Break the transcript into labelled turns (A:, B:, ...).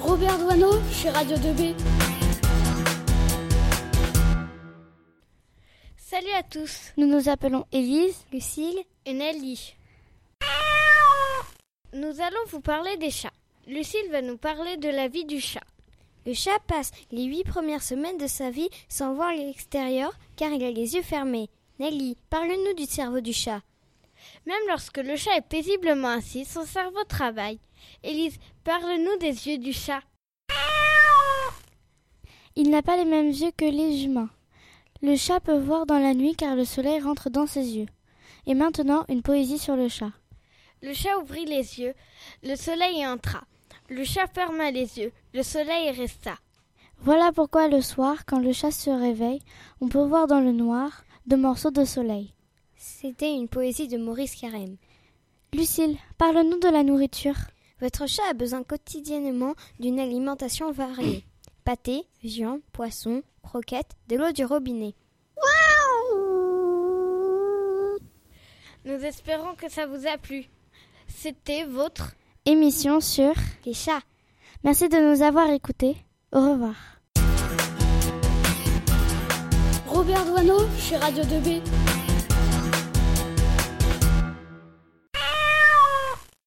A: Robert Doineau, chez Radio 2B.
B: Salut à tous,
C: nous nous appelons Élise,
D: Lucille
B: et Nelly. Nous allons vous parler des chats. Lucille va nous parler de la vie du chat.
D: Le chat passe les huit premières semaines de sa vie sans voir l'extérieur car il a les yeux fermés. Nelly, parle-nous du cerveau du chat.
B: Même lorsque le chat est paisiblement assis, son cerveau travaille. Élise, parle-nous des yeux du chat.
C: Il n'a pas les mêmes yeux que les humains. Le chat peut voir dans la nuit car le soleil rentre dans ses yeux. Et maintenant, une poésie sur le chat.
B: Le chat ouvrit les yeux, le soleil entra. Le chat ferma les yeux, le soleil resta.
C: Voilà pourquoi le soir, quand le chat se réveille, on peut voir dans le noir de morceaux de soleil.
D: C'était une poésie de Maurice Carême.
C: Lucille, parle-nous de la nourriture.
D: Votre chat a besoin quotidiennement d'une alimentation variée. Pâté, viande, poisson, croquettes, de l'eau du robinet.
B: Wow Nous espérons que ça vous a plu. C'était votre
C: émission sur
D: les chats.
C: Merci de nous avoir écoutés. Au revoir.
A: Robert Doineau chez Radio 2B.